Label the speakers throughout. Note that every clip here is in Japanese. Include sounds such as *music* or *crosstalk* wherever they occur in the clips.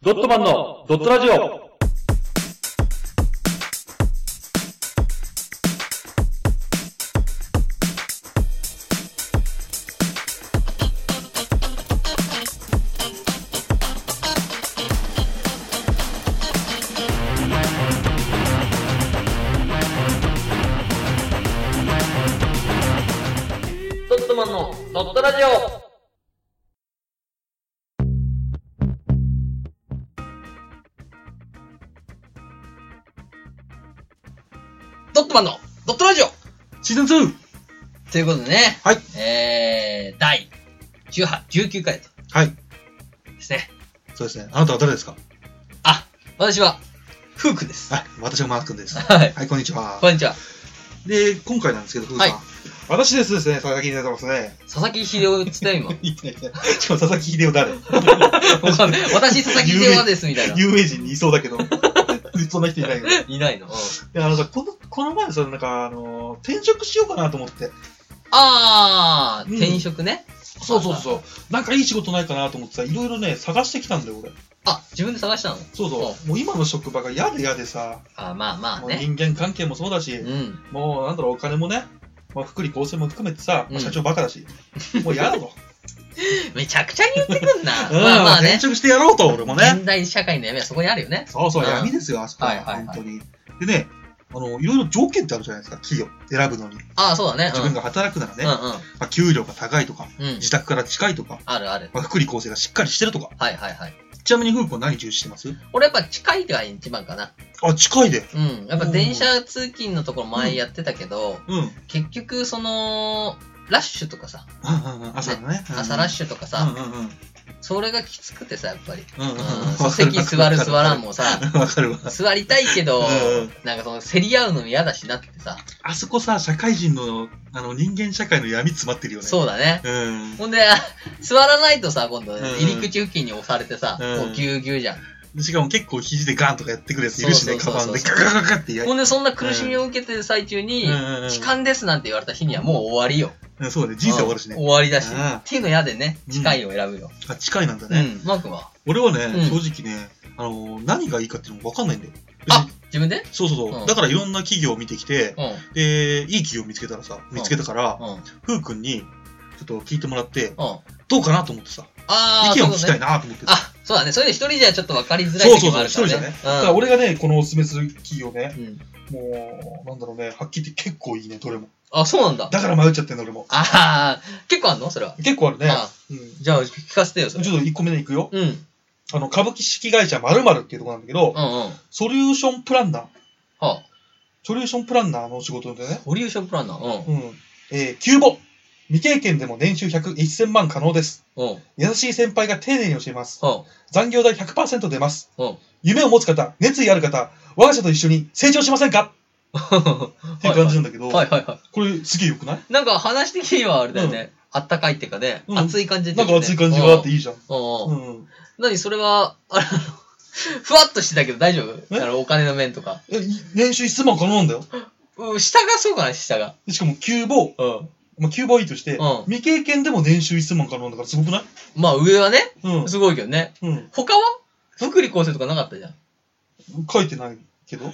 Speaker 1: ドットマンのドットラジオ
Speaker 2: ドットマンのドットラジオドットマンのドットラジオ
Speaker 3: シーズン 2!
Speaker 2: ということでね、
Speaker 3: はい。
Speaker 2: えー、第18 19回と
Speaker 3: はい。
Speaker 2: ですね。
Speaker 3: そうですね。あなたは誰ですか
Speaker 2: あ、私は、フー君です。
Speaker 3: はい。私はマー君です。
Speaker 2: はい。
Speaker 3: はい、こんにちは
Speaker 2: こ。んにちは。
Speaker 3: で、今回なんですけど、ふうさ
Speaker 2: は
Speaker 3: ん。
Speaker 2: い
Speaker 3: 私ですですね、佐々木になってますね。
Speaker 2: 佐々木秀夫っつったよ、今。
Speaker 3: 言ってない言ってないしかも佐々木秀夫誰
Speaker 2: わかんない私、佐々木秀夫です、みたい *laughs* な。
Speaker 3: 有名人にいそうだけ *laughs* ど、そんな人いないけど。い
Speaker 2: いないの。うん
Speaker 3: や、あのさ、この、この前さ、なんか、あの、転職しようかなと思って。
Speaker 2: あー、
Speaker 3: うん
Speaker 2: 転職ね。
Speaker 3: そうそうそう。なんかいい仕事ないかなと思ってさ、いろいろね、探してきたんだよ、俺。
Speaker 2: あ、自分で探したの
Speaker 3: そ
Speaker 2: そ
Speaker 3: うそう。もう今の職場が嫌で嫌でさ、
Speaker 2: あ、まあまあ
Speaker 3: もう
Speaker 2: ね。
Speaker 3: 人間関係もそうだし、
Speaker 2: うん。
Speaker 3: もうなんだろう、お金もね、まあ、福利厚生も含めてさ、ま
Speaker 2: う
Speaker 3: あ
Speaker 2: ん
Speaker 3: 社長バカだ
Speaker 2: *laughs*
Speaker 3: し、もうやだと。
Speaker 2: めちゃくちゃに言ってくんな。
Speaker 3: *laughs* うん
Speaker 2: まあまあね
Speaker 3: 転。職してやろうと、俺もね。
Speaker 2: 現代社会の闇はそこにあるよね。
Speaker 3: そうそう、
Speaker 2: うん
Speaker 3: 闇ですよ、あそこは。
Speaker 2: はいはいはい
Speaker 3: 本当に。でね、あの、いろいろ条件ってあるじゃないですか、企業。選ぶのに。
Speaker 2: ああ、そうだね。
Speaker 3: 自分が働くならね、
Speaker 2: うん
Speaker 3: まあ、給料が高いとか、
Speaker 2: うんうん。うん。
Speaker 3: 自宅から近いとか、
Speaker 2: あるある。
Speaker 3: まあ、福利厚生がしっかりしてるとか。
Speaker 2: はいはいはい。
Speaker 3: ちなみに、ふうくんは何重視してます
Speaker 2: 俺やっぱ近いが一番かな。
Speaker 3: あ、近いで。
Speaker 2: うん。やっぱ電車通勤のところ前やってたけど、
Speaker 3: うん。うん
Speaker 2: 結局その、ラッシュとかさ、
Speaker 3: うんうん朝のね。うん
Speaker 2: 朝ラッシュとかさ、
Speaker 3: うんうんうん。
Speaker 2: それがきつくてさ、やっぱり。
Speaker 3: うんうんうん
Speaker 2: うん。
Speaker 3: わかる
Speaker 2: 席座る座らん。もさ、
Speaker 3: わかるわ。
Speaker 2: 座りたいけど
Speaker 3: うんうん、
Speaker 2: なんかその競り合うのも嫌だしなってさ、
Speaker 3: あそこさ、社会人の、あの、人間社会の闇詰まってるよね。
Speaker 2: そうだね。
Speaker 3: うん。
Speaker 2: ほんで、あ *laughs* 座らないとさ、今度、
Speaker 3: ん
Speaker 2: 入り口付近に押されてさ、
Speaker 3: うん
Speaker 2: こうぎゅうぎゅうじゃん。
Speaker 3: しかも結構肘でガンとかやってくるやついるしね、
Speaker 2: そ
Speaker 3: カ
Speaker 2: うそうそう
Speaker 3: バンで
Speaker 2: そう
Speaker 3: ガガガガってや
Speaker 2: ほんで、そんな苦しみを受けてる最中に、
Speaker 3: うん
Speaker 2: 痴漢ですなんて言われた日にはもう終わりよ。
Speaker 3: うんそうだね、人生終わるし
Speaker 2: うん
Speaker 3: ね。
Speaker 2: 終わりだし。
Speaker 3: うん
Speaker 2: っていうの嫌でね、
Speaker 3: うん
Speaker 2: 近いを選ぶよ。
Speaker 3: あ、近いなんだ
Speaker 2: う
Speaker 3: ね。
Speaker 2: ん。マー君は
Speaker 3: 俺はね、
Speaker 2: うん
Speaker 3: 正直ね、あのー、何がいいかっていうのもわかんないんだよ。
Speaker 2: あ自分で
Speaker 3: 別にそうそうそうう。
Speaker 2: ん
Speaker 3: だからいろんな企業を見てきて、
Speaker 2: うん。うん。
Speaker 3: で、いい企業を見つけたらさ、見つけたから、
Speaker 2: うん。
Speaker 3: ふうくんに、ちょっと聞いてもらって、
Speaker 2: あ
Speaker 3: どうかなと思ってさ、
Speaker 2: あー、
Speaker 3: 意見を
Speaker 2: そ
Speaker 3: 聞き
Speaker 2: ういうこと
Speaker 3: たい
Speaker 2: ね。
Speaker 3: なと思ってさ。
Speaker 2: あ、そうだね。それで一人じゃちょっと分かりづらい
Speaker 3: そう
Speaker 2: 時
Speaker 3: そう
Speaker 2: も
Speaker 3: そ
Speaker 2: あ
Speaker 3: う、
Speaker 2: る
Speaker 3: 一
Speaker 2: か
Speaker 3: 人
Speaker 2: ら
Speaker 3: じ
Speaker 2: ね。
Speaker 3: ゃね。だから俺がね、このおすすめする企業ね、
Speaker 2: うん。うん。
Speaker 3: もう、なんだろうね、はっきり言って結構いいね、どれも。
Speaker 2: あ、そうなんだ。
Speaker 3: だから迷っちゃってんの、俺も。
Speaker 2: ああ、結構あんのそれは。
Speaker 3: 結構あるね。
Speaker 2: あ
Speaker 3: うん。
Speaker 2: じゃあ、聞かせてよ、それ。
Speaker 3: ちょっと1個目でいくよ。
Speaker 2: うん。うん
Speaker 3: あの、歌舞伎式会社〇〇っていうところなんだけど、
Speaker 2: うん。は
Speaker 3: ソリューションプランナー。
Speaker 2: あ。
Speaker 3: ソリューションプランナーの仕事でね。
Speaker 2: ソリューションプランナー。
Speaker 3: うん。えー、急募。未経験でも年収100、1000万可能です。
Speaker 2: うん。うん。
Speaker 3: 優しい先輩が丁寧に教えます。
Speaker 2: は
Speaker 3: 残業代100%出ます。
Speaker 2: あ。うん。
Speaker 3: 夢を持つ方、熱意ある方、我が社と一緒に成長しませんか
Speaker 2: *laughs*
Speaker 3: っていう感じなんだけど、
Speaker 2: はいはいは
Speaker 3: これすげえ良くない
Speaker 2: い。なんか話的にはあれだよね。あったかいっていうかね。
Speaker 3: うん
Speaker 2: 熱い感じって
Speaker 3: ない
Speaker 2: うんね
Speaker 3: か熱い感じがあって。いいじゃん。
Speaker 2: うんうんう。
Speaker 3: うんん。
Speaker 2: 何それは、あの、 *laughs* ふわっとしてたけど大丈夫
Speaker 3: え
Speaker 2: あの、お金の面とか。
Speaker 3: え、い年収1000万可能なんだよ。
Speaker 2: うん下がそうかな、下が。
Speaker 3: でしかも急募、
Speaker 2: うん。
Speaker 3: まあ、急募はいいとして、
Speaker 2: うん
Speaker 3: 未経験でも年収1000万可能なんだからすごくない
Speaker 2: まあ上はね、
Speaker 3: うん。
Speaker 2: すごいけどね。
Speaker 3: うん。
Speaker 2: 他は福利厚生とかなかったじゃん。
Speaker 3: 書いてないけど。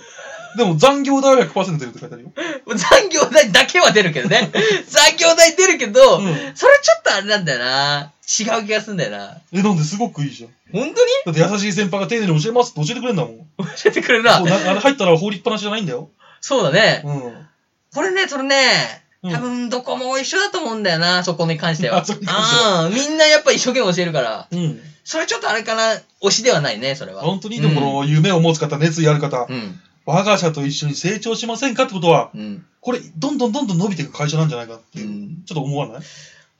Speaker 3: でも残業代は100%出るって書いてあるよ。
Speaker 2: 残業代だけは出るけど
Speaker 3: *laughs*
Speaker 2: ね。残業代出るけど、
Speaker 3: うん。
Speaker 2: それちょっとあれなんだよな。違う気がすんだよな。
Speaker 3: え、なんですごくいいじゃん。
Speaker 2: 本当に
Speaker 3: だって優しい先輩が丁寧に教えますって教えてくれるんだもん。
Speaker 2: 教えてくれる
Speaker 3: そう
Speaker 2: な。
Speaker 3: なあれ入ったら放りっぱなしじゃないんだよ。
Speaker 2: そうだね。
Speaker 3: うん。
Speaker 2: これね、それね、
Speaker 3: うん
Speaker 2: 多分どこも一緒だと思うんだよな、そこに関しては。
Speaker 3: *laughs* あそこに関して
Speaker 2: うん、みんなやっぱ一生懸命教えるから。
Speaker 3: うん。
Speaker 2: それちょっとあれかな、推しではないね、それは。
Speaker 3: 本当に、
Speaker 2: うん
Speaker 3: でもこの夢を持つ方、熱意ある方、
Speaker 2: うん、
Speaker 3: 我が社と一緒に成長しませんかってことは、
Speaker 2: うん、
Speaker 3: これ、どんどんどんどん伸びていく会社なんじゃないかって
Speaker 2: う
Speaker 3: いう、
Speaker 2: ん。
Speaker 3: ちょっと思わない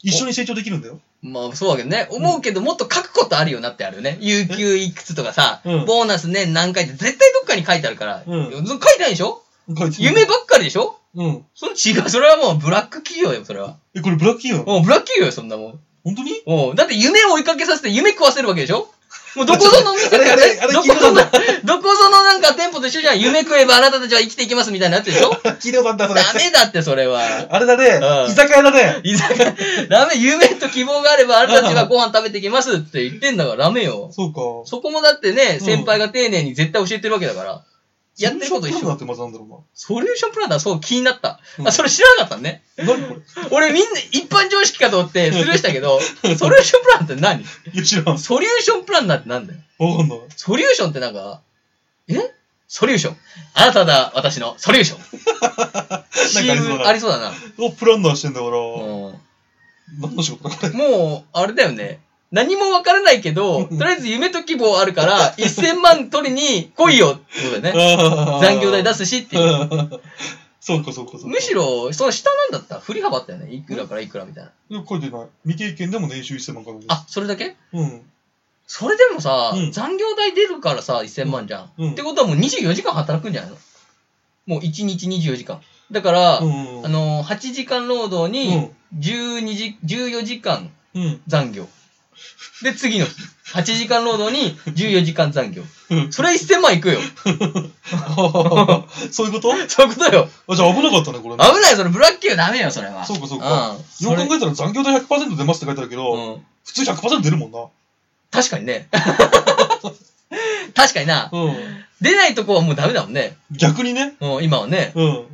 Speaker 3: 一緒に成長できるんだよ。
Speaker 2: まあ、そうだけどね。思うけど、もっと書くことあるよなってあるよね。有給いくつとかさ、
Speaker 3: うん
Speaker 2: ボーナス年何回って絶対どっかに書いてあるから。
Speaker 3: うん
Speaker 2: 書いてないでしょ
Speaker 3: 書いてる
Speaker 2: 夢ばっかりでしょ
Speaker 3: うん。
Speaker 2: その違う。それはもうブラック企業よ、それは。
Speaker 3: え、これブラック企業なの
Speaker 2: もうブラック企業よ、そんなもん。
Speaker 3: 本当に
Speaker 2: おうだって夢を追いかけさせて夢食わせるわけでしょもうどこぞの店とか
Speaker 3: あれあれ
Speaker 2: ね
Speaker 3: あれ、
Speaker 2: どこぞの、どこぞのなんか店舗でと一緒じゃん。夢食えばあなたたちは生きていきますみたいなやつでしょ
Speaker 3: 聞いたことあった、
Speaker 2: ダ
Speaker 3: それ。
Speaker 2: メだって、それは。
Speaker 3: あれだね、
Speaker 2: うん
Speaker 3: 居酒屋だね。
Speaker 2: 居酒屋、ダメ、夢と希望があればあなたたちはご飯食べていきますって言ってんだからダメよ。
Speaker 3: そうか。
Speaker 2: そこもだってね、
Speaker 3: ん
Speaker 2: 先輩が丁寧に絶対教えてるわけだから。やってること一
Speaker 3: ソリューションプランナーっ
Speaker 2: 緒。
Speaker 3: てまずなんだろ
Speaker 2: ソリューションプランナー、そう、気になった。
Speaker 3: うん
Speaker 2: あ、それ知らなかったね。
Speaker 3: うな。何これ
Speaker 2: 俺みんな、一般常識かと思ってスルーしたけ
Speaker 3: *laughs*
Speaker 2: ど、ソリューションプランナーって何
Speaker 3: いや、知らん。わ
Speaker 2: ソリューションプランナーってなんだよ。
Speaker 3: かんない。
Speaker 2: ソリューションってなんか、えソリューション。あなただ、私のソリューショ
Speaker 3: *laughs*
Speaker 2: ン。
Speaker 3: なんかありそうだ
Speaker 2: CM
Speaker 3: な
Speaker 2: ありそうだな。
Speaker 3: お、プランナーしてんだから、
Speaker 2: *laughs* うん
Speaker 3: 何の仕事だ、これ。
Speaker 2: もう、あれだよね。何もわからないけど、と
Speaker 3: *laughs*
Speaker 2: りあえず夢と希望あるから、1000万取りに来いよってことだよね。残
Speaker 3: 残
Speaker 2: 業代出す
Speaker 3: す
Speaker 2: しっていう。
Speaker 3: て。そうか、そうか、そうか。
Speaker 2: むしろ、その下なんだったら振り幅あったよね。いくらからいくらみたいな。
Speaker 3: いや。書いてない。未経験でも年収1000万から
Speaker 2: あ、それだけ
Speaker 3: うん。
Speaker 2: それでもさ、
Speaker 3: うん
Speaker 2: 残業代出るからさ、1000万じゃん。
Speaker 3: うん
Speaker 2: ってことはもう24時間働くんじゃないのもう1日24時間。だから、
Speaker 3: うん。
Speaker 2: あのー、8時間労働に12時、14時間
Speaker 3: うん。 *laughs*
Speaker 2: 残業。で、次の日。8時間労働に14時間残業。
Speaker 3: うん。
Speaker 2: それ1000万いくよ。
Speaker 3: そういうこと
Speaker 2: そういうことよ。
Speaker 3: あ、じゃあ危なかったね、こ
Speaker 2: 危
Speaker 3: れね。
Speaker 2: ないよ、それブラッキーはダメよ、それは。
Speaker 3: そうかそうか
Speaker 2: うん。
Speaker 3: よ
Speaker 2: そ
Speaker 3: く
Speaker 2: れ
Speaker 3: 考えたら残業代100%出ますって書いてあるけど、
Speaker 2: うん。
Speaker 3: 普通100%出るもんな。
Speaker 2: 確かにね。 *laughs* 確かにな。
Speaker 3: うん。
Speaker 2: 出ないとこはもうダメだもんね。
Speaker 3: 逆にね。
Speaker 2: うん、今はね。
Speaker 3: うん。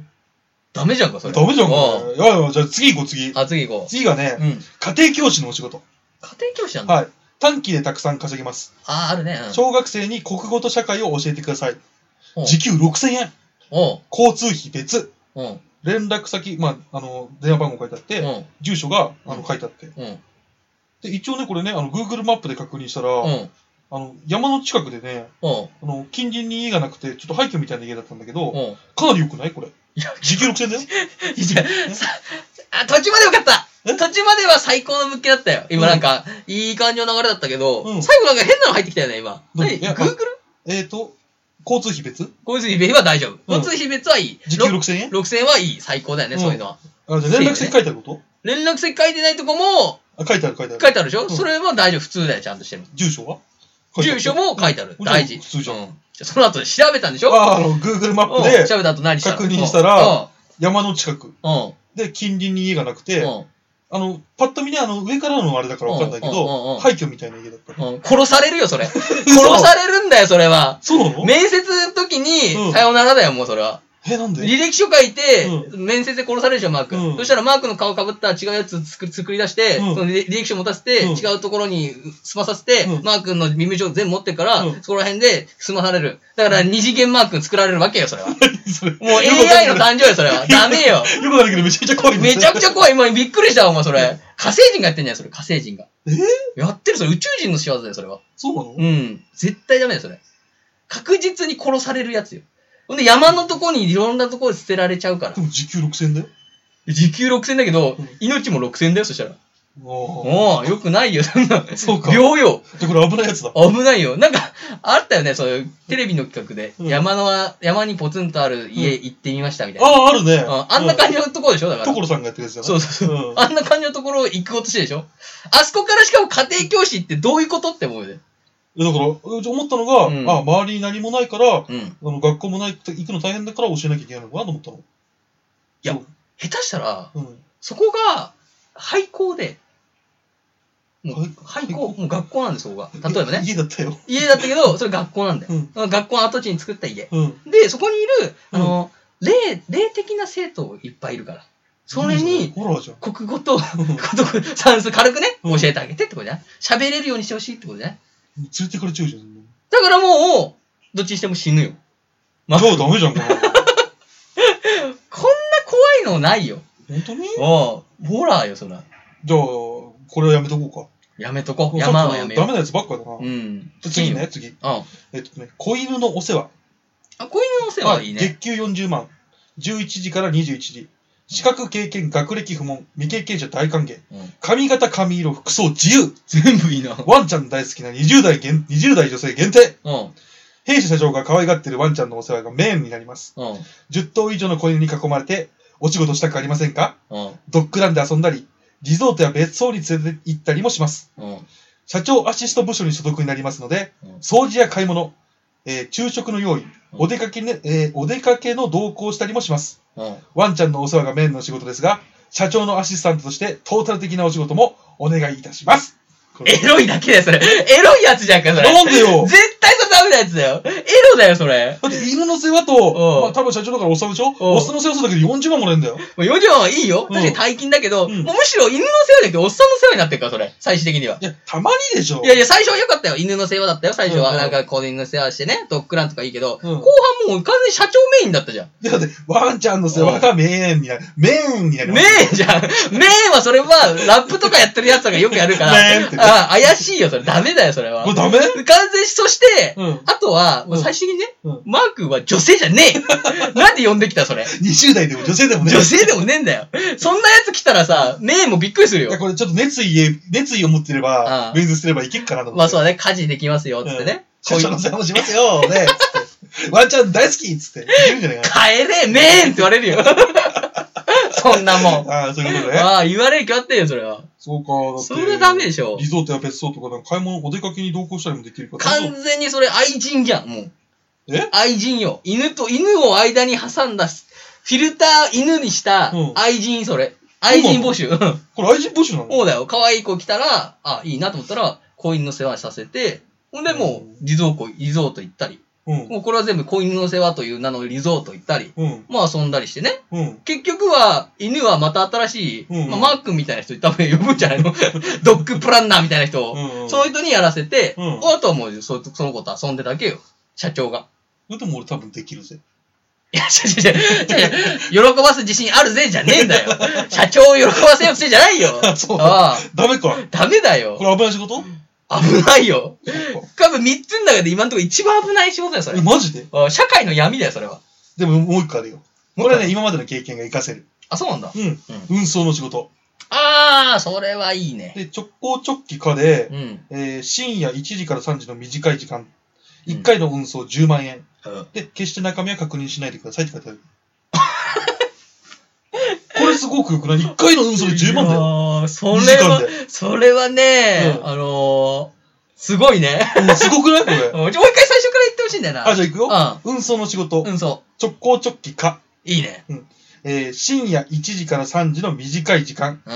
Speaker 2: ダメじゃんか、それ。
Speaker 3: ダメじゃん、こ
Speaker 2: う
Speaker 3: れ。いやいや、じゃあ次行こう、次。
Speaker 2: あ、次行こ
Speaker 3: 次がね
Speaker 2: う。う、ん。
Speaker 3: 家庭教師のお仕事。
Speaker 2: 家庭教師なんだ。
Speaker 3: はい。短期でたくさん稼げます。
Speaker 2: あー、あるね。うん
Speaker 3: 小学生に国語と社会を教えてください。
Speaker 2: うん
Speaker 3: 時給6000円。
Speaker 2: おう
Speaker 3: 交通費別。
Speaker 2: おうん。
Speaker 3: 連絡先、まあ、あの、電話番号書いてあっ
Speaker 2: う
Speaker 3: て、
Speaker 2: ん。
Speaker 3: 住所が、あ
Speaker 2: う
Speaker 3: の、
Speaker 2: ん
Speaker 3: 書いてあって。
Speaker 2: うん。
Speaker 3: で、一応ね、これね、あの、Google マップで確認したら、
Speaker 2: うん。
Speaker 3: あの、山の近くでね、
Speaker 2: うん。
Speaker 3: あの、近隣に家がなくて、ちょっと廃墟みたいな家だったんだけど、
Speaker 2: うん。
Speaker 3: かなり良くないこれ。
Speaker 2: いや、
Speaker 3: 時給6000円だ
Speaker 2: *laughs*
Speaker 3: よ。
Speaker 2: いや、さ、あ、途中までよかった
Speaker 3: え
Speaker 2: 途中までは最高の物件だったよ。今なんか、いい感じの流れだったけど、
Speaker 3: うん
Speaker 2: 最後なんか変なの入ってきたよね、今。
Speaker 3: どう
Speaker 2: 何
Speaker 3: いや
Speaker 2: ?Google?
Speaker 3: えーと、交通費別
Speaker 2: 交通費別は大丈夫。
Speaker 3: うん
Speaker 2: 交通費別はいい。
Speaker 3: 時給6000円
Speaker 2: 6000円はいい。最高だよね、
Speaker 3: うん
Speaker 2: そういうのは。
Speaker 3: あ、じゃあ連絡先書いてあること、
Speaker 2: 連絡先書いてないとこも
Speaker 3: あ、書いてある書いてある。
Speaker 2: 書いてあるでしょ、
Speaker 3: うん
Speaker 2: それは大丈夫。普通だよ、ちゃんとしてる。
Speaker 3: 住所は書いて
Speaker 2: 住
Speaker 3: ある
Speaker 2: 所も書いてある。
Speaker 3: うん
Speaker 2: 大事。
Speaker 3: 普通じゃん
Speaker 2: うじゃあその後調べたんでしょ
Speaker 3: ああの、Google マップ
Speaker 2: うん
Speaker 3: で
Speaker 2: 調べた後何したの
Speaker 3: 確認したら、山の近く
Speaker 2: うん。うん。
Speaker 3: で近隣に家がなくて、
Speaker 2: うん
Speaker 3: あの、パッと見ね、あの、上からのあれだからわかんないけ
Speaker 2: うんうんうんう
Speaker 3: ど、
Speaker 2: ん
Speaker 3: 廃墟みたいな家だった。
Speaker 2: うん殺されるよ、
Speaker 3: *laughs*
Speaker 2: それ。殺されるんだよ、それは。
Speaker 3: そうなの
Speaker 2: 面接の時
Speaker 3: う
Speaker 2: に、
Speaker 3: ん
Speaker 2: さよならだよ、もうそれは。
Speaker 3: え、なんで
Speaker 2: 履歴書書いて、面接で殺されるでしょ、マーク。
Speaker 3: うん
Speaker 2: そしたらマークの顔かぶった違うやつ作り作り出して、
Speaker 3: うん
Speaker 2: その履履歴書持たせて、
Speaker 3: うん
Speaker 2: 違うところに済まさせて、
Speaker 3: うん
Speaker 2: マークの身分証全部持ってから、
Speaker 3: うん
Speaker 2: そこら辺で済まされる。だから二次元マーク作られるわけよ、それは。もう
Speaker 3: *laughs* それ。よく
Speaker 2: AI の
Speaker 3: わかんな
Speaker 2: 誕生
Speaker 3: い
Speaker 2: よ、それ
Speaker 3: *laughs*
Speaker 2: は。ダメよ。
Speaker 3: よくわかんないけど、めちゃめちゃ怖いんだ
Speaker 2: め
Speaker 3: よ
Speaker 2: ちゃくちゃ怖い。今びっくりしたわ、お前、それ。火星人がやってんじゃん、それ、火星人が。
Speaker 3: え
Speaker 2: やってる、それ、宇宙人の仕業だよ、それは。
Speaker 3: そうなの
Speaker 2: うん。絶対ダメだよ、それ。確実に殺されるやつよ。ほんで、山のとこにいろんなところ捨てられちゃうから
Speaker 3: で。も時給6000円だよ。
Speaker 2: 時給6000だけど
Speaker 3: うん、
Speaker 2: 命も6000だよ、そしたら。
Speaker 3: あ
Speaker 2: おう、よくないよ、そんな。
Speaker 3: そうか
Speaker 2: 病よ。
Speaker 3: あ。で、これ危ないやつだ。
Speaker 2: 危ないよ。なんか、あったよね、そういう、テレビの企画で。
Speaker 3: うん
Speaker 2: 山のは、山にポツンとある家行ってみました、みたい
Speaker 3: あ
Speaker 2: な。
Speaker 3: あ、あるね。
Speaker 2: うんあんな感じのところでしょ、だから。
Speaker 3: 所さんがやってるやつだね。
Speaker 2: そうそうそう。
Speaker 3: ん
Speaker 2: あんな感じのところ行こうとしてるでしょあそこからしかも家庭教師ってどういうことって思うよね。
Speaker 3: いやだから、うち思ったのが、
Speaker 2: うん
Speaker 3: あ周りに何もないから、あ
Speaker 2: うん。
Speaker 3: の学校もないって行くの大変だから教えなきゃいけないのかなと思ったの。い
Speaker 2: や下手したら、
Speaker 3: うん。
Speaker 2: そこが、廃校で、もう
Speaker 3: 廃
Speaker 2: 廃校、もう学校なんです、そこが。例えばね。
Speaker 3: 家だったよ。
Speaker 2: 家だったけど、それ学校なんだよ。
Speaker 3: うん。
Speaker 2: 学校の跡地に作った家。
Speaker 3: うん。
Speaker 2: で、そこにいる、あの、霊、霊的な生徒いっぱいいるから。それに、
Speaker 3: ホラーじゃん。
Speaker 2: 国語と、 *laughs*
Speaker 3: うん
Speaker 2: 算数軽くね、
Speaker 3: うん
Speaker 2: 教えてあげてってことじゃない喋れるようにしてほしいってことじゃない
Speaker 3: 連れてかれちゃうじゃん。じ
Speaker 2: だからもう、どっちにしても死ぬよ。まあ
Speaker 3: ゃあダメじゃん、
Speaker 2: *laughs*
Speaker 3: これ。
Speaker 2: こんな怖いのないよ。
Speaker 3: 本当に
Speaker 2: おうホラーよ、そら。
Speaker 3: じゃあ、これはやめとこ
Speaker 2: やめと
Speaker 3: う
Speaker 2: こ
Speaker 3: か。
Speaker 2: う。山はやめよ
Speaker 3: ダメなやつばっかだな。
Speaker 2: う。うん。
Speaker 3: じゃあ次ね、次。
Speaker 2: うん。あ、
Speaker 3: えっとね、子犬のお世話。
Speaker 2: 子犬の世話はいい
Speaker 3: あ
Speaker 2: ね。
Speaker 3: 月給40万。11時から21時。資格、経験、学歴不問。未経験者大歓迎。
Speaker 2: うん
Speaker 3: 髪型、髪色、服装自由。
Speaker 2: 全部いいな。うん。
Speaker 3: ワンちゃん大好きな20代限20代女性限定。
Speaker 2: うん。
Speaker 3: 弊社社長が可愛がってるワンちゃんのお世話がメインになります。10頭以上の子犬に囲まれて、お仕事したくありませんか
Speaker 2: うん。
Speaker 3: ドッグランで遊んだり、リゾートや別荘に連れて行ったりもします。
Speaker 2: うん。
Speaker 3: 社長アシスト部署に所属になりますので、
Speaker 2: うん
Speaker 3: 掃除や買い物、えー昼食の用意、お出かけね、えーお出かけの同行をしたりもします。
Speaker 2: うん。
Speaker 3: ワンちゃんのお世話がメインの仕事ですが、社長のアシスタントとしてトータル的なお仕事もお願いいたします。こ
Speaker 2: *laughs*
Speaker 3: れ
Speaker 2: エロいだけだよ、それ。エロいやつじゃんか、それ。
Speaker 3: なんで
Speaker 2: *laughs*
Speaker 3: よ
Speaker 2: 絶対それダメなやつだよ。エロだよ、それ。
Speaker 3: だって犬の世話と、
Speaker 2: ん
Speaker 3: まあ多分社長だからおっさんでしょ
Speaker 2: うん
Speaker 3: おっさんの世話するだけで40万もらえるんだよ。
Speaker 2: もう40万はいいよ。
Speaker 3: うん
Speaker 2: 確かに大金だけど、
Speaker 3: うん
Speaker 2: もうむしろ犬の世話じゃなくて、おっさんの世話になってるから、それ。最終的には。
Speaker 3: いや、たまにでしょ
Speaker 2: いやいや、最初は良かったよ。犬の世話だったよ、最初
Speaker 3: う
Speaker 2: は。
Speaker 3: んうん
Speaker 2: なんか、この犬の世話してね、ドッグランとかいいけど、後
Speaker 3: うん
Speaker 2: 半もう完全に社長メインだったじゃん。
Speaker 3: いやだって、ワンちゃんの世話がメインになる。メインになりま
Speaker 2: メ
Speaker 3: す。
Speaker 2: インじゃん。メインはそれは、ラップとかやってるやつとかよくやるから、
Speaker 3: *laughs* メインってね
Speaker 2: あ怪しいよ、それ。ダメだよ、それは。
Speaker 3: こ
Speaker 2: *laughs*
Speaker 3: れ
Speaker 2: 完
Speaker 3: ダメ
Speaker 2: 全に、そして、
Speaker 3: うん
Speaker 2: あとは、もう最終的にね、
Speaker 3: うん
Speaker 2: マー君は女性じゃね
Speaker 3: *laughs*
Speaker 2: え。なんで呼んできた、それ。
Speaker 3: 20代でも女性でもね。
Speaker 2: 女性でもねえんだよ。そんなやつ来たらさ、メインもびっくりする
Speaker 3: い
Speaker 2: よ
Speaker 3: や、。これちょっと熱意へ、熱意を持って
Speaker 2: あ
Speaker 3: れ
Speaker 2: あ
Speaker 3: ば、メンズすればいけっかなと思って。
Speaker 2: まあそうだね、家事できますよ、つってね。
Speaker 3: 社
Speaker 2: こうい
Speaker 3: 長
Speaker 2: う
Speaker 3: の世話もしますよ、ね。つってワンちゃん大好きっつって。言うんじゃないか
Speaker 2: 帰れ、メーンって言われる
Speaker 3: *laughs*
Speaker 2: よ。そんなもん。
Speaker 3: な。ああ、そういうことね。
Speaker 2: ああ、言われる気あってるよ、それは。
Speaker 3: そうか。だって
Speaker 2: それはダメでしょ
Speaker 3: リゾートや別荘とか、なんか買い物、お出かけに同行したりもできるから。
Speaker 2: 完全にそれ愛人じゃん、もう。
Speaker 3: え
Speaker 2: 愛人よ。犬と、犬を間に挟んだ、フィルター犬にした
Speaker 3: うん
Speaker 2: 愛人、それ。愛人募集。うん
Speaker 3: これ愛人募集なの
Speaker 2: そうだよ。可愛い子来たら、あ、いいなと思ったら、子犬の世話させて、ほんでもう、リゾート、リゾート行ったり。
Speaker 3: うん。
Speaker 2: もうこれは全部子犬の世話という名のリゾート行ったり。
Speaker 3: うん。
Speaker 2: まあ遊んだりしてね。
Speaker 3: うん。
Speaker 2: 結局は、犬はまた新しい、
Speaker 3: うん
Speaker 2: まあ、マー君みたいな人多分呼ぶんじゃ
Speaker 3: *laughs*
Speaker 2: ないのドッグプランナーみたいな人を、
Speaker 3: うんうん
Speaker 2: そういう人にやらせて、
Speaker 3: うん
Speaker 2: あとはもうそその子と遊んでだけよ。社長が。
Speaker 3: それでも俺多分できるぜ。。
Speaker 2: いや、ちょちょちょ、ちょちょ喜ばす自信あるぜじゃねえんだよ。社長を喜ばせようとしてんじゃないよ
Speaker 3: *laughs* そう
Speaker 2: ああ
Speaker 3: ダメか。
Speaker 2: ダメだよ
Speaker 3: こ。れ危ない仕事
Speaker 2: 危ないよ。
Speaker 3: そっ
Speaker 2: 多
Speaker 3: か
Speaker 2: 分3つの中で今のところ一番危ない仕事だよ、それ
Speaker 3: え、。マジで
Speaker 2: あ社会の闇だよ、それは。
Speaker 3: でももう一個あるよ。これはね、今までの経験が活かせる。
Speaker 2: あ、そうなんだ。
Speaker 3: うん。運送の仕事。
Speaker 2: ああ、それはいいね。
Speaker 3: で、直行直帰かで、
Speaker 2: うん。
Speaker 3: えー深夜1時から3時の短い時間、
Speaker 2: うん
Speaker 3: 1回の運送10万円。
Speaker 2: うん
Speaker 3: で、決して中身は確認しないでくださいって書いて *laughs* ある。これすごくよくない ?1 回の運送で10万だよ。
Speaker 2: よ。それ
Speaker 3: 2時間
Speaker 2: は、それはね、
Speaker 3: うん
Speaker 2: あのー、すごいね。
Speaker 3: うんすごくないこ
Speaker 2: うん
Speaker 3: れ。
Speaker 2: もう一回最初から言ってほしいんだよな。
Speaker 3: あ、じゃあ行くよ。運送の仕事、
Speaker 2: うん。うん、そ
Speaker 3: 直行直帰か、
Speaker 2: う。いいね。
Speaker 3: えー深夜1時から3時の短い時間、
Speaker 2: う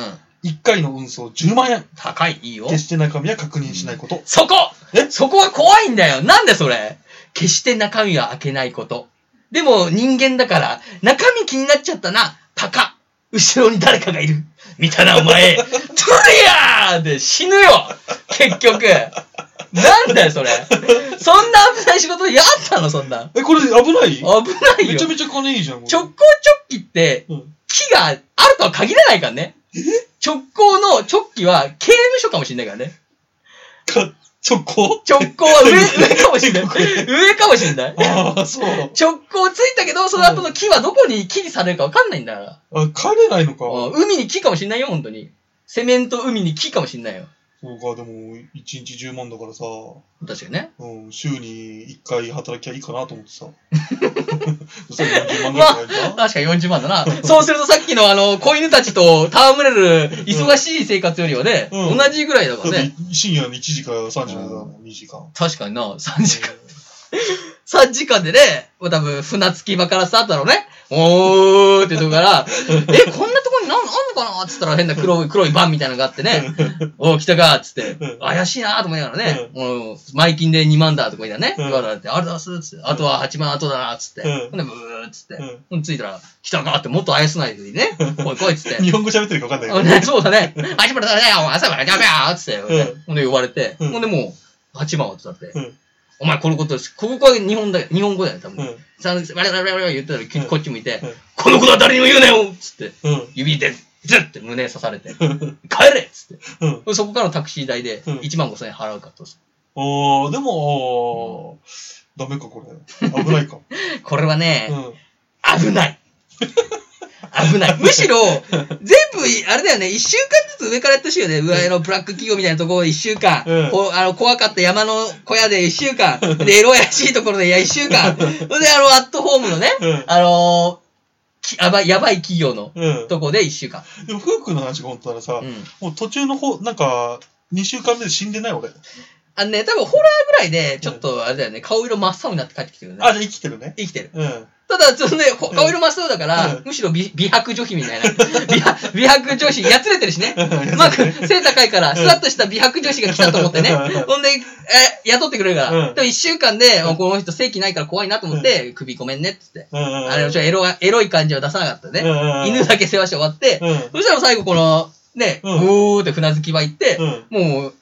Speaker 2: ん。
Speaker 3: 1回の運送10万円。
Speaker 2: 高い、いいよ。
Speaker 3: 決して中身は確認しないこと。
Speaker 2: そこ
Speaker 3: え
Speaker 2: そこは怖いんだよ。なんでそれ決して中身は開けないこと。でも人間だから、中身気になっちゃったな。パカ後ろに誰かがいる。見たな、お
Speaker 3: *laughs*
Speaker 2: 前。トゥリアーで死ぬよ結局。なんだよ、それ。そんな危ない仕事やったの、そんな。
Speaker 3: え、これ危ない
Speaker 2: 危ない
Speaker 3: め
Speaker 2: よ
Speaker 3: ちゃ。めちゃ金いいじゃん、これ
Speaker 2: 直行直帰って、
Speaker 3: うん
Speaker 2: 木があるとは限らないからね。直行の直帰は刑務所かもしれないからね。
Speaker 3: か直行
Speaker 2: 直行は
Speaker 3: *laughs*
Speaker 2: 上、上かもしれない。上かもしれない。
Speaker 3: ああ、そう。
Speaker 2: 直行ついたけど、その後の木はどこに木にされるかわかんないんだから。
Speaker 3: あ、帰れないのか。
Speaker 2: うん海に木かもしれないよ、本当に。セメント海に木かもしれないよ。
Speaker 3: そうか、でも、1日10万だからさ、
Speaker 2: 確かにね。
Speaker 3: うん、週に1回働きゃいいかなと思って *laughs* さ。そしたら40万ぐ
Speaker 2: ま
Speaker 3: らい
Speaker 2: あ
Speaker 3: もらえるじゃ、ん
Speaker 2: 確かに40万だな。そうするとさっきのあの、子犬たちと戯れる忙しい生活よりはね、
Speaker 3: うん
Speaker 2: 同じぐらいだから
Speaker 3: だっ
Speaker 2: ね。
Speaker 3: て深夜の1時から3時までだもん、2時間。
Speaker 2: 確かにな、3時間。3時間でね、まあ多分船着き場からスタートだろうね。おーってとこ
Speaker 3: *laughs*
Speaker 2: から、え、こんなとこになんあんのかなっつったら変な黒い、黒いバンみたいなのがあって
Speaker 3: *laughs*
Speaker 2: ね。おー、来たかっつって
Speaker 3: う、ん
Speaker 2: 怪しいなーと思いながらね、もう、前金で2万だとか言いながらね、
Speaker 3: うん
Speaker 2: 言われて、あれだっすっつって、あとは8万後だなっつって、
Speaker 3: うん
Speaker 2: ほんで、ブーっつって
Speaker 3: うん、
Speaker 2: ほんで着いたら、来たかってもっとあやすないでね、来い来いっつ
Speaker 3: *laughs*
Speaker 2: って。
Speaker 3: 日本語喋ってるか分かんないけ
Speaker 2: ねそうだね。8万だね、お前朝からジャブやーっつって、
Speaker 3: うん
Speaker 2: ほんで呼ばれて、
Speaker 3: うん
Speaker 2: ほんでもう、8万はってなって、
Speaker 3: ど。うん。
Speaker 2: お前このことです。ここは日本だよ、日本語だよ、多分。
Speaker 3: うん。
Speaker 2: さんわれわれわれ言ってたらき、
Speaker 3: うん
Speaker 2: こっち向いて、
Speaker 3: うん
Speaker 2: このことは誰にも言うなよっつって、
Speaker 3: うん。
Speaker 2: 指で、ズッて胸刺されて、
Speaker 3: うん。
Speaker 2: 帰れっつっ
Speaker 3: うん。
Speaker 2: て。そこからのタクシー代で
Speaker 3: うん
Speaker 2: 1万5千円払うかと。
Speaker 3: おー、でも、あーダメか、これ。危ない *laughs* か。
Speaker 2: これはね、
Speaker 3: うん。
Speaker 2: 危ない。危
Speaker 3: *laughs*
Speaker 2: ない。むしろ、全部い、あれだよね、一週間ずつ上からやってほしいよね。上のブラック企業みたいなところを一週間、
Speaker 3: うん
Speaker 2: こうあの怖かった山の小屋で一週間、で、エロやらしいところでいや一週
Speaker 3: *laughs*
Speaker 2: 間、それで、あの、アットホームのね、
Speaker 3: うん
Speaker 2: *laughs* あのきやばい、やばい企業の
Speaker 3: うん。
Speaker 2: とこで一週間。
Speaker 3: でも、夫婦の話が本当ならさ
Speaker 2: う、ん
Speaker 3: もう途中の方、なんか、2週間目で死んでない俺。
Speaker 2: あのね、多分ホラーぐらいで、ちょっとあれだよね、顔色真っ青になって帰ってきてるよね。
Speaker 3: あ、じゃあ生きてるね。
Speaker 2: 生きてる。
Speaker 3: うん。
Speaker 2: ただ、そのね、ほ顔色真っ青だから
Speaker 3: う、ん
Speaker 2: むしろ美美白女子みたいな。 *laughs* 美白美白女子、やつれてるしね。うまく、背高いから、
Speaker 3: ん
Speaker 2: スワッとした美白女子が来たと思ってね。
Speaker 3: うん
Speaker 2: ほんで、え、雇ってくれるか
Speaker 3: う
Speaker 2: ら。
Speaker 3: ん
Speaker 2: でも一週間で、もうこの人正気ないから怖いなと思って、首ごめんねって言って。
Speaker 3: うんうんうん。
Speaker 2: あれ、ちょ、エロが、エロい感じは出さなかったね。
Speaker 3: ね
Speaker 2: 犬だけ世話して終わって、
Speaker 3: うん。
Speaker 2: そしたら最後この、ね、う
Speaker 3: うん
Speaker 2: おーって船着き場行って、
Speaker 3: うん。
Speaker 2: もう、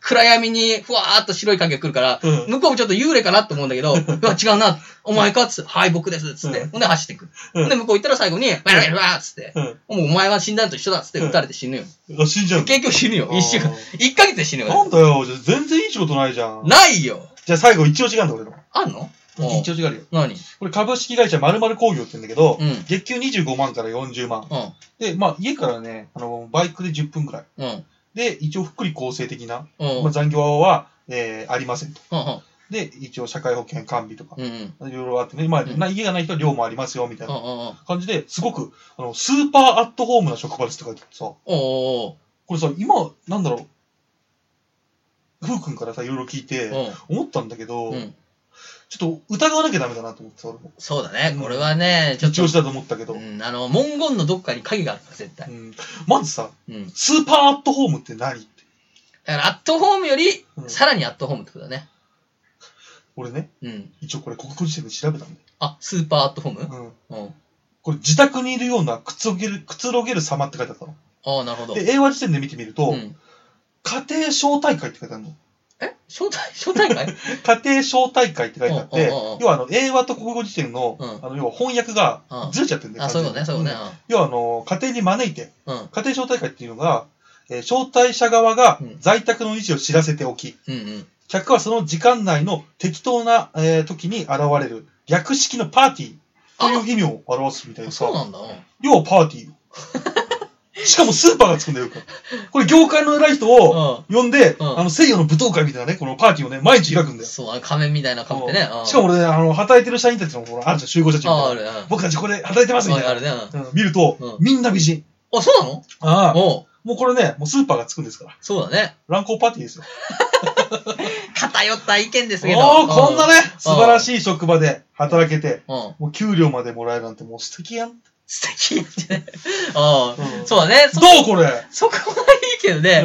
Speaker 2: 暗闇にふわーっと白い影が来るから、
Speaker 3: うん
Speaker 2: 向こうもちょっと幽霊かなと思うんだけど、うわ、違うな、お前かっつって、はい、僕です、つって、
Speaker 3: うん
Speaker 2: ほんで走ってくる。
Speaker 3: うん
Speaker 2: ほんで向こう行ったら最後に、バラバラバラっつって、
Speaker 3: うん
Speaker 2: もうお前は死んだのと一緒だっつって撃たれて死ぬよ。
Speaker 3: あ。死んじゃうの
Speaker 2: 結局死ぬよ。一週間
Speaker 3: あ。ー
Speaker 2: 一ヶ月で死ぬ
Speaker 3: な
Speaker 2: よ。
Speaker 3: んだよ、じゃあ全然いい仕事ないじゃん。
Speaker 2: ないよ。
Speaker 3: じゃあ最後、一応違うんだ、俺の。
Speaker 2: あんのおう
Speaker 3: 一応違うよ。
Speaker 2: 何
Speaker 3: これ株式会社〇〇工業って言うんだけど、
Speaker 2: うん
Speaker 3: 月給25万から40万。
Speaker 2: うん。
Speaker 3: で、まあ家からね、あの、バイクで10分くらい。
Speaker 2: うん。
Speaker 3: で、一応、福利厚生的な、
Speaker 2: うん。うん
Speaker 3: まあ、残業は、えーありませんと。
Speaker 2: うん
Speaker 3: で、一応、社会保険完備とか、
Speaker 2: うん。うん。
Speaker 3: いろいろあってね、まあ、
Speaker 2: うん
Speaker 3: な家がない人は寮もありますよ、みたい
Speaker 2: うんう
Speaker 3: なん
Speaker 2: うん。
Speaker 3: 感じで、すごく、あの、スーパーアットホームな職場ですって書いてあってさ、
Speaker 2: おうおう
Speaker 3: これさ、今、なんだろう、ふうくんからさ、いろいろ聞いて、
Speaker 2: おう
Speaker 3: 思ったんだけど、
Speaker 2: うん。うん。
Speaker 3: ちょっと疑わなきゃダメだなと思ってさ、俺も
Speaker 2: そうだね。これはね、ちょっ
Speaker 3: 一
Speaker 2: と
Speaker 3: 押し。だと思ったけど、
Speaker 2: うん、あの、文言のどっかに影があるから、絶対
Speaker 3: う。んまずさ、
Speaker 2: うん。
Speaker 3: スーパーアットホームって何って。
Speaker 2: だから、アットホームより、
Speaker 3: うん
Speaker 2: さらにアットホームってことだね。
Speaker 3: 俺ね、
Speaker 2: うん。
Speaker 3: 一応これ国語辞典で調べたん
Speaker 2: あ、スーパーアットホーム
Speaker 3: だよ。うん。
Speaker 2: うん。
Speaker 3: これ自宅にいるようなくつろげる、くつろげる様って書いてあったの。
Speaker 2: ああ、なるほど。
Speaker 3: で、英和辞典で見てみると、
Speaker 2: うん、
Speaker 3: 家庭招待会って書いてあるの。
Speaker 2: え招待、招待
Speaker 3: *laughs*
Speaker 2: 会
Speaker 3: 家庭招待会って書いてあって
Speaker 2: うんうんうんうん、
Speaker 3: 要はあの、英和と国語辞典の、
Speaker 2: うん
Speaker 3: あの、要は翻訳が
Speaker 2: うん
Speaker 3: ずれちゃってるんだよ。
Speaker 2: あ、そういうことね、そういう
Speaker 3: 完
Speaker 2: こ
Speaker 3: 全
Speaker 2: と
Speaker 3: に
Speaker 2: ね。
Speaker 3: 要はあの、家庭に招いて、
Speaker 2: うん。
Speaker 3: 家庭招待会っていうのが、えー招待者側が
Speaker 2: うん
Speaker 3: 在宅の日を知らせておき、
Speaker 2: うんうん。
Speaker 3: 客はその時間内の適当な、えー時に現れる略式のパーティーという意味を表すみたい
Speaker 2: うん。
Speaker 3: な
Speaker 2: そ
Speaker 3: さ
Speaker 2: う、なんだ。うん
Speaker 3: 要はパーティーよ。
Speaker 2: *laughs*
Speaker 3: しかもスーパーがつくんだよ、よくこれ業界の偉い人を呼んで、
Speaker 2: うん
Speaker 3: あの西洋の舞踏会みたいなね、このパーティーをね、毎日開くんだよ。
Speaker 2: そう、あの仮面みたいな仮面ってね。うん
Speaker 3: しかも俺ね、あの、働いてる社員たちのほら、あるじゃん、集合社長
Speaker 2: ああ、あ
Speaker 3: みたいな。
Speaker 2: るね。
Speaker 3: 僕たちこれ働いてますみ
Speaker 2: あ
Speaker 3: たい
Speaker 2: る
Speaker 3: な。
Speaker 2: あるね。うん
Speaker 3: うん見ると、
Speaker 2: う
Speaker 3: みんな美人。
Speaker 2: あ、そうなの
Speaker 3: ああ。
Speaker 2: おう
Speaker 3: もうこれね、もうスーパーがつくんですから。
Speaker 2: そうだね。
Speaker 3: 乱行パーティーですよ。
Speaker 2: 偏った意見ですけど。
Speaker 3: おおー、こんな
Speaker 2: ね。
Speaker 3: ね、素晴らしい職場で働けて、
Speaker 2: うん。
Speaker 3: もう給料までもらえるなんてもう素敵やん。ど
Speaker 2: 素敵 *laughs* やってね。あ
Speaker 3: う
Speaker 2: あ、
Speaker 3: ん
Speaker 2: そうだね。そう
Speaker 3: これ
Speaker 2: そこはいいけどね。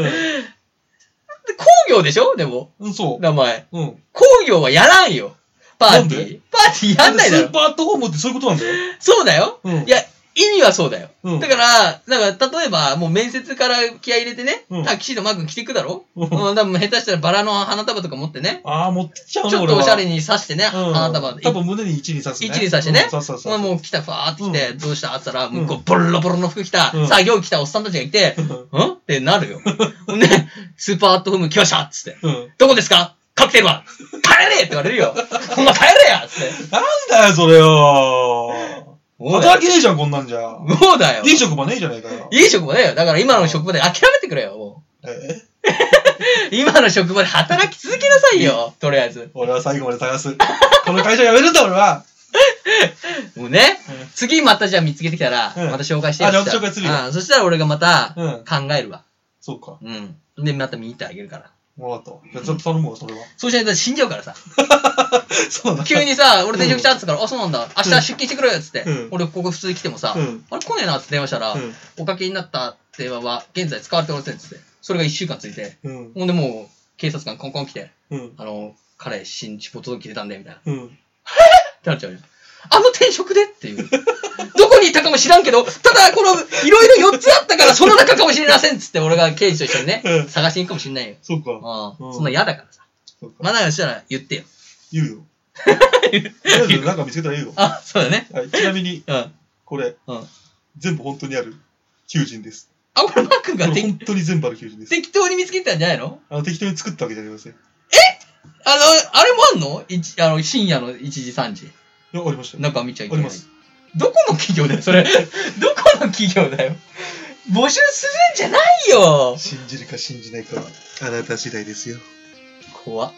Speaker 2: で工業でしょでも、
Speaker 3: うん、そ
Speaker 2: 名前。
Speaker 3: う。うん。
Speaker 2: 工業はやらんよ。パーテ
Speaker 3: な
Speaker 2: ィ
Speaker 3: ん
Speaker 2: ー。パーティーやんないだ
Speaker 3: スー
Speaker 2: ろ。
Speaker 3: パーアットホームってそういうことなんだよ。
Speaker 2: そうだよ。
Speaker 3: うん。
Speaker 2: いや、意味はそうだよ。
Speaker 3: うん
Speaker 2: だから、なんか、例えば、もう面接から気合い入れてね、
Speaker 3: うん
Speaker 2: タキシードマーク着てくだろ
Speaker 3: うん
Speaker 2: うん、多分下手したらバラの花束とか持ってね、
Speaker 3: ああ、持ってきちゃうね、
Speaker 2: ちょっ
Speaker 3: 俺
Speaker 2: と
Speaker 3: は
Speaker 2: おしゃれに刺してね、花束で。
Speaker 3: 多分胸に一輪刺すね。
Speaker 2: 一輪刺してね
Speaker 3: うんそうそうそ
Speaker 2: まあ
Speaker 3: う。
Speaker 2: もう来た、ふわーって来て、どうしたって言ったら、
Speaker 3: ん
Speaker 2: 向こう、ボロボロの服着た、
Speaker 3: うん
Speaker 2: 作業着着たおっさんたちがいて、んってなるよ。 *laughs* ほんで、スーパーアットホーム来ましたっつって。
Speaker 3: うん。うん。
Speaker 2: どこですかカクテルは帰れって言われるよ。ほんま帰れやっつって。
Speaker 3: なんだよ、それよ
Speaker 2: そうだよ
Speaker 3: 働けねえじゃん、こんなんじゃ。
Speaker 2: そうだよ。
Speaker 3: いい職場ねえじゃねえかよ。
Speaker 2: いい職場だよ。だから今の職場で諦めてくれよ。も
Speaker 3: え
Speaker 2: う今の職場で働き続けなさいよ。とりあえず。
Speaker 3: 俺は最後まで探す。この会社辞めるんだ、俺
Speaker 2: *laughs*
Speaker 3: は。
Speaker 2: もうね
Speaker 3: うん。
Speaker 2: 次またじゃあ見つけてきたら、
Speaker 3: うん
Speaker 2: また紹介してよ
Speaker 3: あじゃあ
Speaker 2: そしたら
Speaker 3: 紹介するよ
Speaker 2: うんそしたら俺がまた
Speaker 3: うん
Speaker 2: 考えるわ。
Speaker 3: そうか。
Speaker 2: うん。で、また見に行ってあげるから。
Speaker 3: わかった。じゃあ、ちょっと頼むわ、それは。
Speaker 2: そうしないと死んじゃう
Speaker 3: *laughs*
Speaker 2: からさ。
Speaker 3: そうなんだ。
Speaker 2: 急にさ、俺転職したっつうから、あ、そうなんだ。明日出勤してくれよっつって
Speaker 3: うん。
Speaker 2: 俺ここ普通に来てもさ、
Speaker 3: うん
Speaker 2: あれ来ねえなって電話したら
Speaker 3: うん、
Speaker 2: おかけになった電話は現在使われておりませんっつって。それが1週間ついて。
Speaker 3: うん。
Speaker 2: ほんでもう、警察官コンコン来て、
Speaker 3: うん。
Speaker 2: あの、彼、新地ポ届け出たんで、みたいな。
Speaker 3: うん。
Speaker 2: ってなっちゃうよ。あの転職でっていう。 *laughs* どこにいたかも知らんけど、ただ、この、いろいろ4つあったから、その中かもしれませんっつって、俺が刑事と一緒にね
Speaker 3: う、ん
Speaker 2: 探しに行くかもしれないよ。
Speaker 3: そうか。
Speaker 2: う。
Speaker 3: うんん
Speaker 2: そんな嫌だからさ。
Speaker 3: そうか
Speaker 2: まあ、だからしたら言ってよ。
Speaker 3: 言うよ。
Speaker 2: *laughs*
Speaker 3: とりあえず、なんか見つけたら言うよ。
Speaker 2: あ、そうだね。
Speaker 3: はい、ちなみに、
Speaker 2: うん。
Speaker 3: これ、
Speaker 2: うん。
Speaker 3: 全部本当にある求人です。
Speaker 2: あ、これマック
Speaker 3: こ
Speaker 2: が
Speaker 3: れ
Speaker 2: て
Speaker 3: 本当に全部ある求人です。
Speaker 2: 適当に見つけてたんじゃないの
Speaker 3: あの適当に作ったわけじゃありません。い
Speaker 2: あの、あれもあんのいちあの深夜の1時3時。
Speaker 3: や、ありましたよ。
Speaker 2: なんか見ちゃいけ
Speaker 3: あり
Speaker 2: ない
Speaker 3: ま。す。
Speaker 2: どこの企業だよ、それ。 *laughs* どこの企業だよ。募集するんじゃないよ。
Speaker 3: 信じるか信じないかは、あなた次第ですよ。
Speaker 2: 怖っ。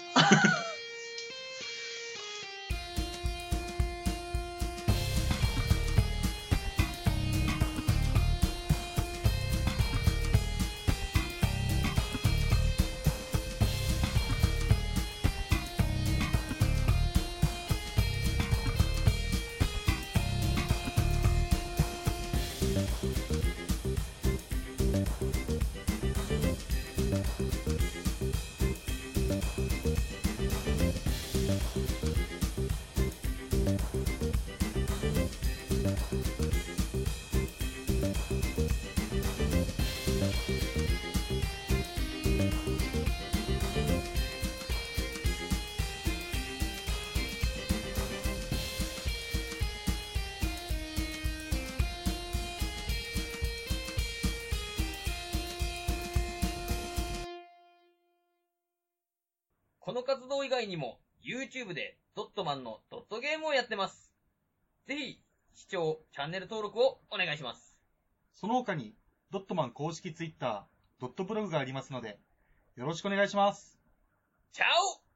Speaker 2: この活動以外にも、YouTube でドットマンのドットゲームをやってます。ぜひ、視聴、チャンネル登録をお願いします。
Speaker 4: その他に、ドットマン公式ツイッター、ドットブログがありますので、よろしくお願いします。
Speaker 2: チャオ